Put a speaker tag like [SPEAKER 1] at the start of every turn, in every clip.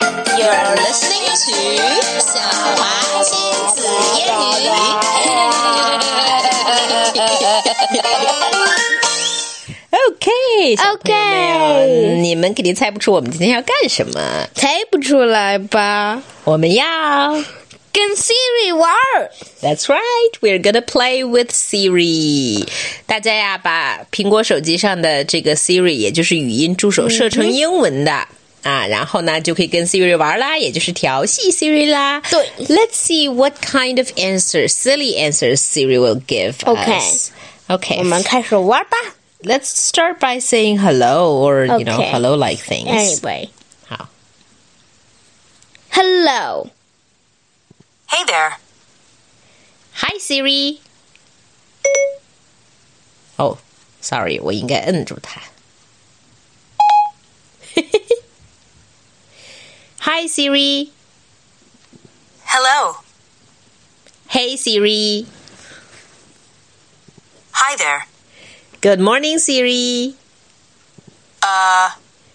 [SPEAKER 1] You're listening to 小华亲子英语。OK，小朋友们
[SPEAKER 2] OK
[SPEAKER 1] 你们肯定猜不出我们今天要干什么。
[SPEAKER 2] 猜不出来吧？
[SPEAKER 1] 我们要
[SPEAKER 2] 跟 Siri 玩儿，
[SPEAKER 1] That's right, we're gonna play with Siri。大家呀，把苹果手机上的这个 Siri，也就是语音助手，设成英文的。啊，然后呢，就可以跟 Siri 玩啦，也就是调戏 Siri 啦。
[SPEAKER 2] 对
[SPEAKER 1] ，Let's see what kind of answer, silly answers Siri will give
[SPEAKER 2] OK
[SPEAKER 1] us. Okay.
[SPEAKER 2] 我们开始玩吧。
[SPEAKER 1] let's start by saying hello or you know
[SPEAKER 2] Okay.
[SPEAKER 1] hello like things.
[SPEAKER 2] Anyway,
[SPEAKER 1] 好
[SPEAKER 2] hello,
[SPEAKER 3] Hey there.
[SPEAKER 1] Hi Siri. 哦、s o r r y Oh, 我应该摁住它。Hi Siri.
[SPEAKER 3] Hello.
[SPEAKER 1] Hey Siri.
[SPEAKER 3] Hi there.
[SPEAKER 1] Good morning Siri.
[SPEAKER 3] Uh,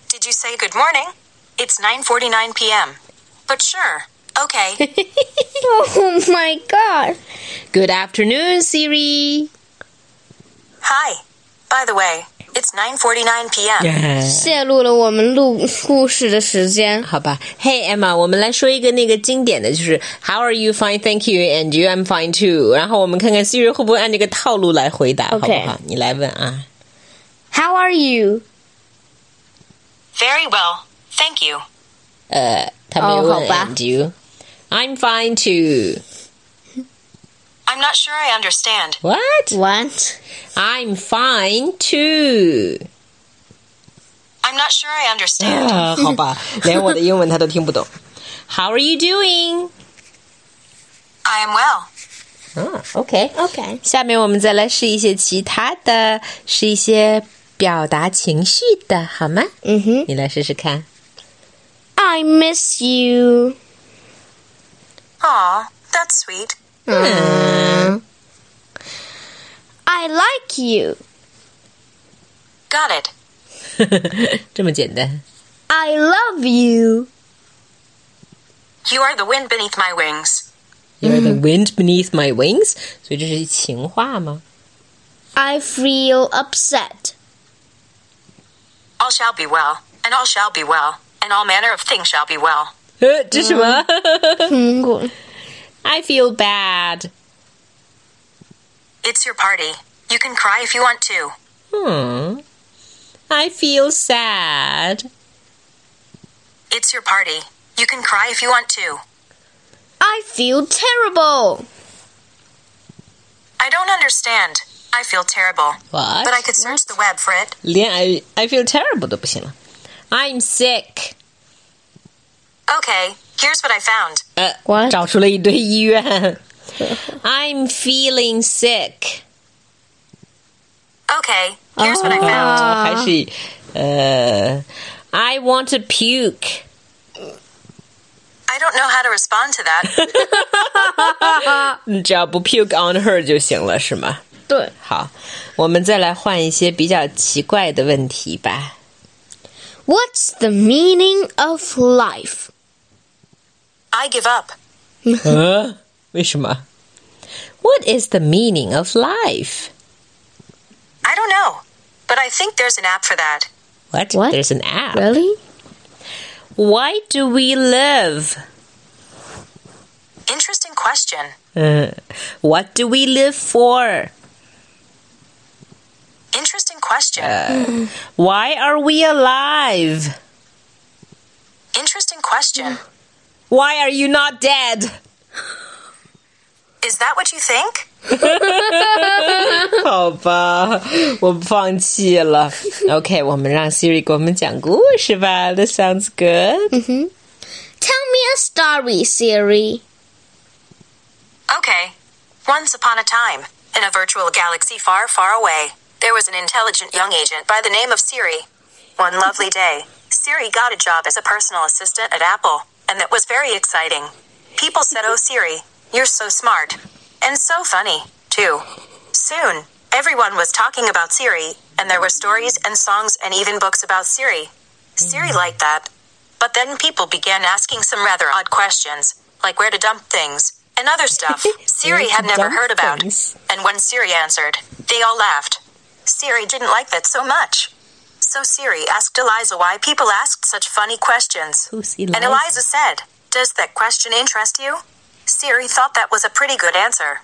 [SPEAKER 3] did you say good morning? It's 9:49 p.m. But sure. Okay.
[SPEAKER 2] oh my god,
[SPEAKER 1] Good afternoon Siri.
[SPEAKER 3] Hi. By the way, it's 9:49 p.m.
[SPEAKER 2] 泄露了我们录故事的时间。
[SPEAKER 1] 好吧，Hey Emma，我们来说一个那个经典的，就是 How are you? Fine, thank you, and you I'm fine too。然后我们看看 Siri 会不会按这个套路来回答
[SPEAKER 2] OK
[SPEAKER 1] 好不好？你来问啊。
[SPEAKER 2] How are you?
[SPEAKER 3] Very well. Thank you.
[SPEAKER 1] 呃，他没有
[SPEAKER 2] 哦好
[SPEAKER 1] 问
[SPEAKER 2] 吧
[SPEAKER 1] and you。I'm fine too.
[SPEAKER 3] I'm not sure I understand.
[SPEAKER 1] What?
[SPEAKER 2] What?
[SPEAKER 1] I'm fine too.
[SPEAKER 3] I'm not sure I understand.
[SPEAKER 1] 啊，好吧，连我的英文他都听不懂。How are you doing?
[SPEAKER 3] I am well.
[SPEAKER 1] 嗯、o k
[SPEAKER 2] OK，
[SPEAKER 1] 下面我们再来试一些其他的，是一些表达情绪的，好吗？
[SPEAKER 2] 嗯哼
[SPEAKER 1] 你来试试看。
[SPEAKER 2] ，I miss you.
[SPEAKER 3] Aw, that's sweet.
[SPEAKER 2] I like you.
[SPEAKER 3] Got it.
[SPEAKER 1] 这么简单。
[SPEAKER 2] I love you.
[SPEAKER 3] You are the wind beneath my wings.
[SPEAKER 1] You're the wind beneath my wings，所以这是情话 吗？
[SPEAKER 2] I feel upset.
[SPEAKER 3] All shall be well, and all shall be well, and all manner of things shall be well.
[SPEAKER 1] 呃，这什么、
[SPEAKER 2] 嗯，我
[SPEAKER 1] i feel bad。
[SPEAKER 3] It's your party. You can cry if you want to.
[SPEAKER 1] 嗯，I feel sad。
[SPEAKER 3] It's your party. You can cry if you want to.
[SPEAKER 2] I feel terrible.
[SPEAKER 3] I don't understand. I feel terrible.
[SPEAKER 1] What？
[SPEAKER 3] But I could search the web for it.
[SPEAKER 1] 连 I I feel terrible 都不行了。I'm sick。
[SPEAKER 3] Okay, here's what I found.
[SPEAKER 1] 呃
[SPEAKER 2] What？
[SPEAKER 1] 找出了一堆医 院。I'm feeling sick。
[SPEAKER 3] Okay, here's what I
[SPEAKER 1] 啊、
[SPEAKER 3] found.
[SPEAKER 1] Oh, 还是呃，I want to puke。
[SPEAKER 3] I don't know how to respond to that.
[SPEAKER 1] 你只要不 puke on her 就行了，是吗？
[SPEAKER 2] 对
[SPEAKER 1] 好，我们再来换一些比较奇怪的问题吧。
[SPEAKER 2] ，What's the meaning of life?
[SPEAKER 3] I give up.
[SPEAKER 1] 嗯，为什么？What is the meaning of life?
[SPEAKER 3] I don't know. But I think there's an app for that.
[SPEAKER 1] What?
[SPEAKER 2] What?
[SPEAKER 1] There's an app.
[SPEAKER 2] Really?
[SPEAKER 1] Why do we live?
[SPEAKER 3] Interesting question.
[SPEAKER 1] 嗯，What do we live for?
[SPEAKER 3] Interesting question.
[SPEAKER 1] Why are we alive?
[SPEAKER 3] Interesting question.
[SPEAKER 1] Why are you not dead?
[SPEAKER 3] Is that what you think?
[SPEAKER 1] 好吧，我放弃了。OK，我们让 Siri 给我们讲故事吧。That sounds good.
[SPEAKER 2] Tell me a story, Siri.
[SPEAKER 3] Okay. Once upon a time, in a virtual galaxy far, far away, there was an intelligent young agent by the name of Siri. One lovely day, Siri got a job as a personal assistant at Apple, and that was very exciting. People said, Oh, Siri, you're so smart. And so funny, too. Soon, everyone was talking about
[SPEAKER 1] Mm.
[SPEAKER 3] Siri, and there were stories and songs and even books about Siri. Siri liked that. But then people began asking some rather odd questions, like where to dump things and other stuff Siri
[SPEAKER 1] Where
[SPEAKER 3] had
[SPEAKER 1] to
[SPEAKER 3] never
[SPEAKER 1] dump
[SPEAKER 3] heard about.
[SPEAKER 1] things.
[SPEAKER 3] And when Siri answered, they all laughed. Siri didn't like that so much. So Siri asked Eliza why people asked such funny questions.
[SPEAKER 1] Who's
[SPEAKER 3] And
[SPEAKER 1] Eliza?
[SPEAKER 3] Eliza said, Does that question interest you? Siri thought that was a pretty good answer.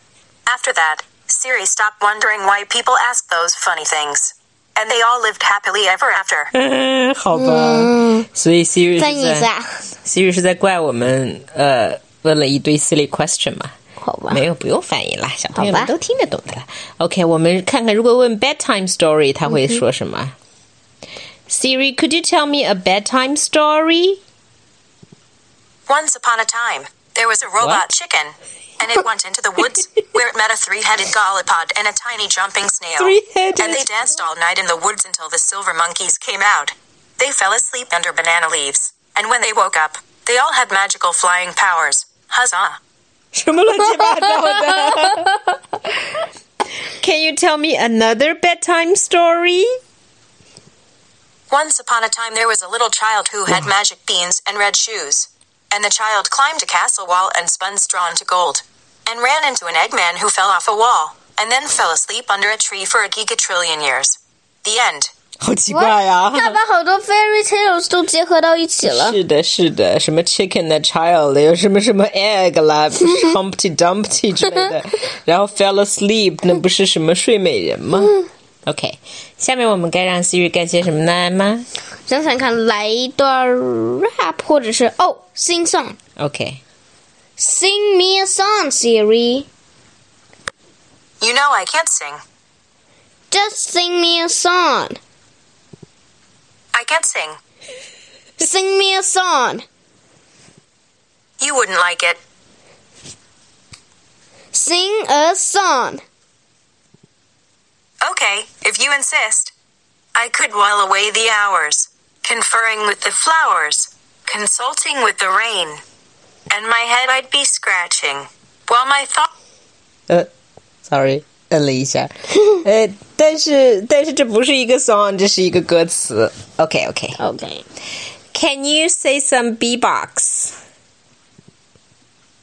[SPEAKER 3] After that, Siri stopped wondering why people asked those funny things. And they all lived happily ever after.
[SPEAKER 1] 好吧，所以 Siri
[SPEAKER 2] 再
[SPEAKER 1] 是
[SPEAKER 2] 念一
[SPEAKER 1] 在
[SPEAKER 2] 下，
[SPEAKER 1] Siri 是在怪我们呃问了一堆 silly question 嘛？
[SPEAKER 2] 好吧
[SPEAKER 1] 没有，不用翻译啦，小朋友们
[SPEAKER 2] 好吧
[SPEAKER 1] 都听得懂的啦。OK，我们看看如果问 bedtime story，他会说什么、s i r i c o u l d you tell me a bedtime story？
[SPEAKER 3] Once upon a time, there was a robot chicken, and it went into the woods where it met a three-headed gollipod and a tiny jumping snail.
[SPEAKER 1] Three-headed.
[SPEAKER 3] And they danced all night in the woods until the silver monkeys came out. They fell asleep under banana leaves, and when they woke up, they all had magical flying powers. Huzzah!
[SPEAKER 1] 什么乱七八糟的？Can you tell me another bedtime story？
[SPEAKER 3] Once upon a time, there was a little child who had magic beans and red shoes. And the child climbed a castle wall and spun straw into gold. And ran into an Eggman who fell off a wall. And then fell asleep under a tree for a gigatrillion years. The end.
[SPEAKER 1] 好奇怪啊！
[SPEAKER 2] 他把好多 fairy tales 都结合到一起了。
[SPEAKER 1] 是的，是的，什么 chicken 的 child，有什么什么 egg 啦，Humpty Dumpty 之类 的，然后 fell asleep，那不是什么睡美人吗？OK，下面我们该让 Siri 干些什么呢？吗
[SPEAKER 2] 想想看，来一段 rap 或者是哦，sing song。
[SPEAKER 1] ？OK，
[SPEAKER 2] Sing me a song, Siri.
[SPEAKER 3] You know I can't sing.
[SPEAKER 2] Just sing me a song.
[SPEAKER 3] I can't sing.
[SPEAKER 2] Sing me a song.
[SPEAKER 3] You wouldn't like it.
[SPEAKER 2] Sing a song.
[SPEAKER 3] Okay, if you insist. I could while away the hours, conferring with the flowers, consulting with the rain. And my head I'd be scratching, while my thoughts.
[SPEAKER 1] Sorry，摁了一 下。呃，但是但是这不是一个 song，这是一个歌词。OK OK。
[SPEAKER 2] Okay.
[SPEAKER 1] Can you say some B-box？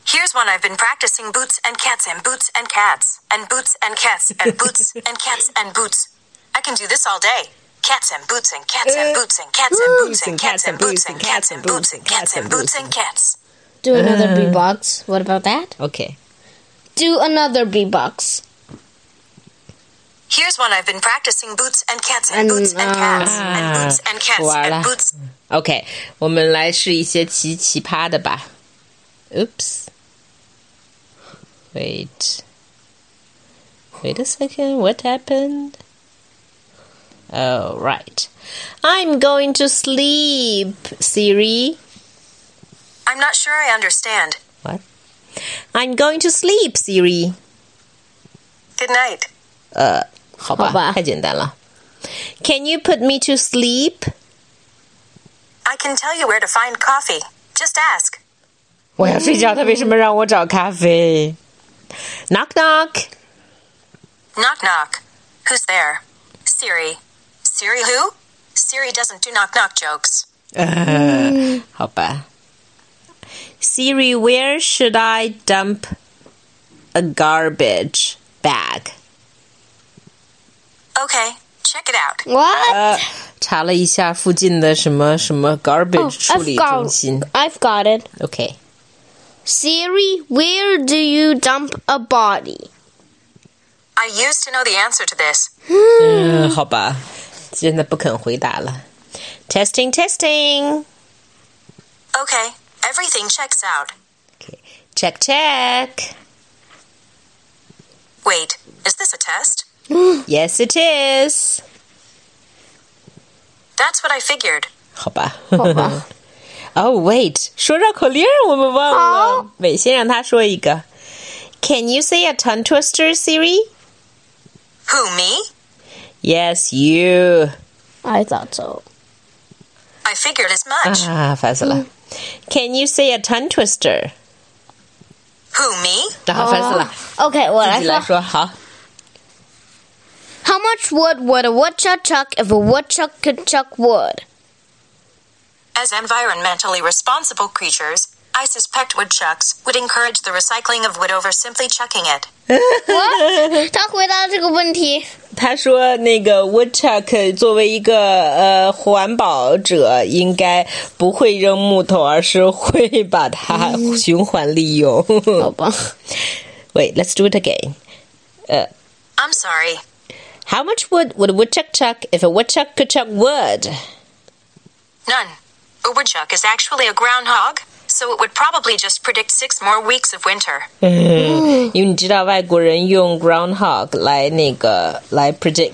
[SPEAKER 3] Here's one I've been practicing boots and cats and boots and cats and boots and cats and boots and cats and boots. I can do this all day. Cats and boots and cats and boots and cats and Uh, boots and cats and boots and cats and boots and cats and boots and cats.
[SPEAKER 2] Do another beatbox. What about that?
[SPEAKER 1] OK，
[SPEAKER 2] Uh. Do another beatbox.
[SPEAKER 3] Here's one I've been practicing boots and cats and boots and cats
[SPEAKER 1] uh,
[SPEAKER 3] and boots and cats and boots.
[SPEAKER 1] OK，我们来试一些奇奇葩的吧。Oops. Wait. Wait a second. What happened? Oh, right. I'm going to sleep, Siri.
[SPEAKER 3] I'm not sure I understand.
[SPEAKER 1] What? I'm going to sleep, Siri.
[SPEAKER 3] Good night.
[SPEAKER 1] 呃，好吧，
[SPEAKER 2] 好吧
[SPEAKER 1] 太简单了。Can you put me to sleep?
[SPEAKER 3] I can tell you where to find coffee. Just ask.
[SPEAKER 1] 我要睡觉，他为什么让我找咖啡？Knock knock.
[SPEAKER 3] Knock knock. Who's there? Siri. Siri who? Siri doesn't do knock knock jokes.
[SPEAKER 1] 呃，好吧。Siri, where should I dump a garbage bag？
[SPEAKER 3] Okay, check it out.
[SPEAKER 2] What?
[SPEAKER 1] 呃，查了一下附近的什么什么
[SPEAKER 2] Oh,
[SPEAKER 1] garbage 处
[SPEAKER 2] I've
[SPEAKER 1] 理中
[SPEAKER 2] got.
[SPEAKER 1] 心。
[SPEAKER 2] I've got it.
[SPEAKER 1] OK，
[SPEAKER 2] Siri, where do you dump a body?
[SPEAKER 3] I used to know the answer to this.
[SPEAKER 1] 嗯，好吧，真的不肯回答了。Testing, testing.
[SPEAKER 3] Okay, everything checks out.
[SPEAKER 1] Check, check.
[SPEAKER 3] Wait, is this a test?
[SPEAKER 1] Yes, it is.
[SPEAKER 3] That's what I figured.
[SPEAKER 1] 好吧，
[SPEAKER 2] 好吧。
[SPEAKER 1] Oh wait，说绕口令儿我们忘了
[SPEAKER 2] 好，
[SPEAKER 1] 美先让他说一个。Can you say a tongue twister, Siri?
[SPEAKER 3] Who, me?
[SPEAKER 1] Yes, you.
[SPEAKER 2] I thought so.
[SPEAKER 3] I figured as much.
[SPEAKER 1] 啊，烦死
[SPEAKER 2] 嗯
[SPEAKER 1] 了。Can you say a tongue twister?
[SPEAKER 3] Who, me?
[SPEAKER 1] 啊，烦死了，
[SPEAKER 2] Oh, Okay, 我
[SPEAKER 1] 自己来
[SPEAKER 2] 哦来说。
[SPEAKER 1] 说好。
[SPEAKER 2] How much wood would a woodchuck chuck if a woodchuck could chuck wood?
[SPEAKER 3] As environmentally responsible creatures, I suspect woodchucks would encourage the recycling of wood over simply chucking it.
[SPEAKER 2] 我他回答这个问题，
[SPEAKER 1] 他说：“那个 woodchuck 作为一个呃环保者，应该不会扔木头，而是会把它 循环利用。
[SPEAKER 2] 嗯好吧，
[SPEAKER 1] Wait, let's do it again.
[SPEAKER 3] I'm sorry.
[SPEAKER 1] How much wood would a woodchuck chuck if a woodchuck could chuck wood?
[SPEAKER 3] None. A woodchuck is actually a groundhog, so it would probably just predict six more weeks of winter.
[SPEAKER 1] 因为你知道外国人用 groundhog 来那个来 predict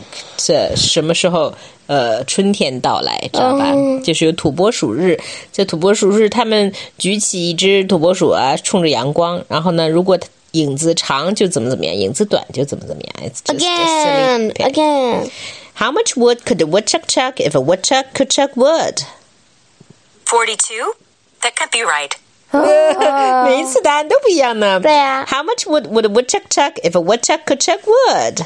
[SPEAKER 1] 呃什么时候呃春天到来，知
[SPEAKER 2] Oh.
[SPEAKER 1] 道吧？就是有土拨鼠日，在土拨鼠日，他们举起一只土拨鼠啊，冲着阳光，然后呢，如果它影子长就怎么怎么样，影子短就怎么怎么样。It's just a silly
[SPEAKER 2] again
[SPEAKER 1] pic.
[SPEAKER 2] again，
[SPEAKER 1] How much wood could a woodchuck chuck if a woodchuck could chuck wood？
[SPEAKER 3] 42? That could be right.
[SPEAKER 1] 每一次答案都不一样呢。
[SPEAKER 2] 对啊
[SPEAKER 1] How much wood would a woodchuck chuck if a woodchuck could chuck wood？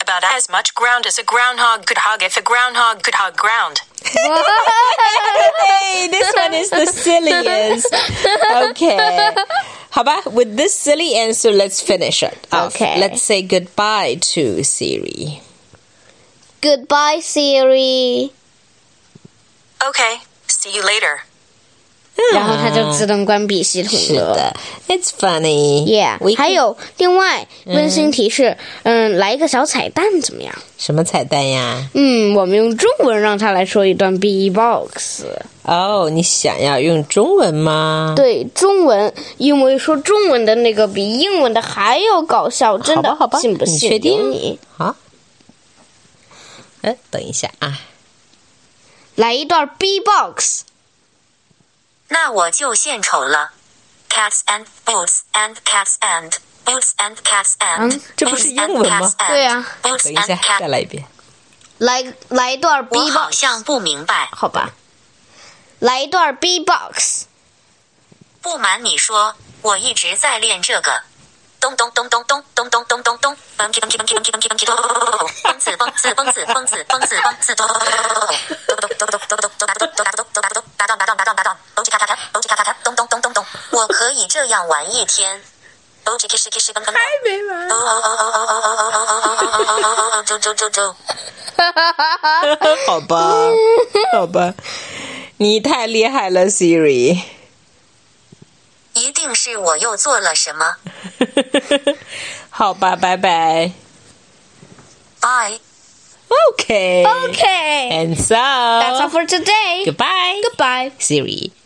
[SPEAKER 3] About as much ground as a groundhog could hog if a groundhog could hog ground.
[SPEAKER 1] hey, this one is the silliest. Okay. 好吧, with this silly answer, let's finish it. off.
[SPEAKER 2] Okay.
[SPEAKER 1] Let's say goodbye to Siri.
[SPEAKER 2] Goodbye Siri，
[SPEAKER 3] Okay, see you later.
[SPEAKER 2] 然后他就自动关闭系统了。
[SPEAKER 1] Ah, 是的，It's funny.
[SPEAKER 2] Yeah，
[SPEAKER 1] We
[SPEAKER 2] 还
[SPEAKER 1] can-
[SPEAKER 2] 有另外温馨提示，嗯，来一个小彩蛋怎么样？
[SPEAKER 1] 什么彩蛋呀？
[SPEAKER 2] 嗯，我们用中文让他来说一段 B E box。
[SPEAKER 1] 哦，你想要用中文吗？
[SPEAKER 2] 对，中文，因为说中文的那个比英文的还要搞笑，真的，
[SPEAKER 1] 好吧，好吧，
[SPEAKER 2] 信不信？
[SPEAKER 1] 你确定？
[SPEAKER 2] 由你
[SPEAKER 1] 好。哎，等一下啊。
[SPEAKER 2] 来一段 B box。
[SPEAKER 4] 那我就献丑了。Cats and boots and cats and boots and cats and
[SPEAKER 2] 嗯
[SPEAKER 4] boots
[SPEAKER 1] 这不是
[SPEAKER 4] and
[SPEAKER 1] 英文吗
[SPEAKER 4] cats and
[SPEAKER 2] 对啊
[SPEAKER 4] boots and cats。
[SPEAKER 1] 等一下，再来一遍。
[SPEAKER 2] 来来一段 B
[SPEAKER 4] 我好
[SPEAKER 2] box，
[SPEAKER 4] 像不明白。
[SPEAKER 2] 好吧，来一段 B box，
[SPEAKER 4] 不瞒你说，我一直在练这个。咚咚咚咚咚咚咚咚咚咚，蹦蹦蹦蹦蹦蹦蹦蹦子蹦子蹦子蹦子蹦子蹦子咚咚咚咚咚咚咚咚咚咚咚咚咚咚咚咚咚咚咚咚，蹦起咔咔咔，蹦起咔咔咔，咚咚咚咚咚，我可以这样玩一天。蹦起 kiss kiss 蹦蹦蹦，还没完。哦哦哦哦哦哦哦哦哦哦哦哦哦哦，走走走走。
[SPEAKER 1] 好吧，好吧，你太厉害了，Siri。
[SPEAKER 4] 一定是我又做了什么
[SPEAKER 1] 好吧，拜拜。
[SPEAKER 4] ？Bye。
[SPEAKER 1] OK，and、
[SPEAKER 2] OK，that's
[SPEAKER 1] so
[SPEAKER 2] all for today，
[SPEAKER 1] goodbye，Siri。
[SPEAKER 2] goodbye。
[SPEAKER 1] Siri.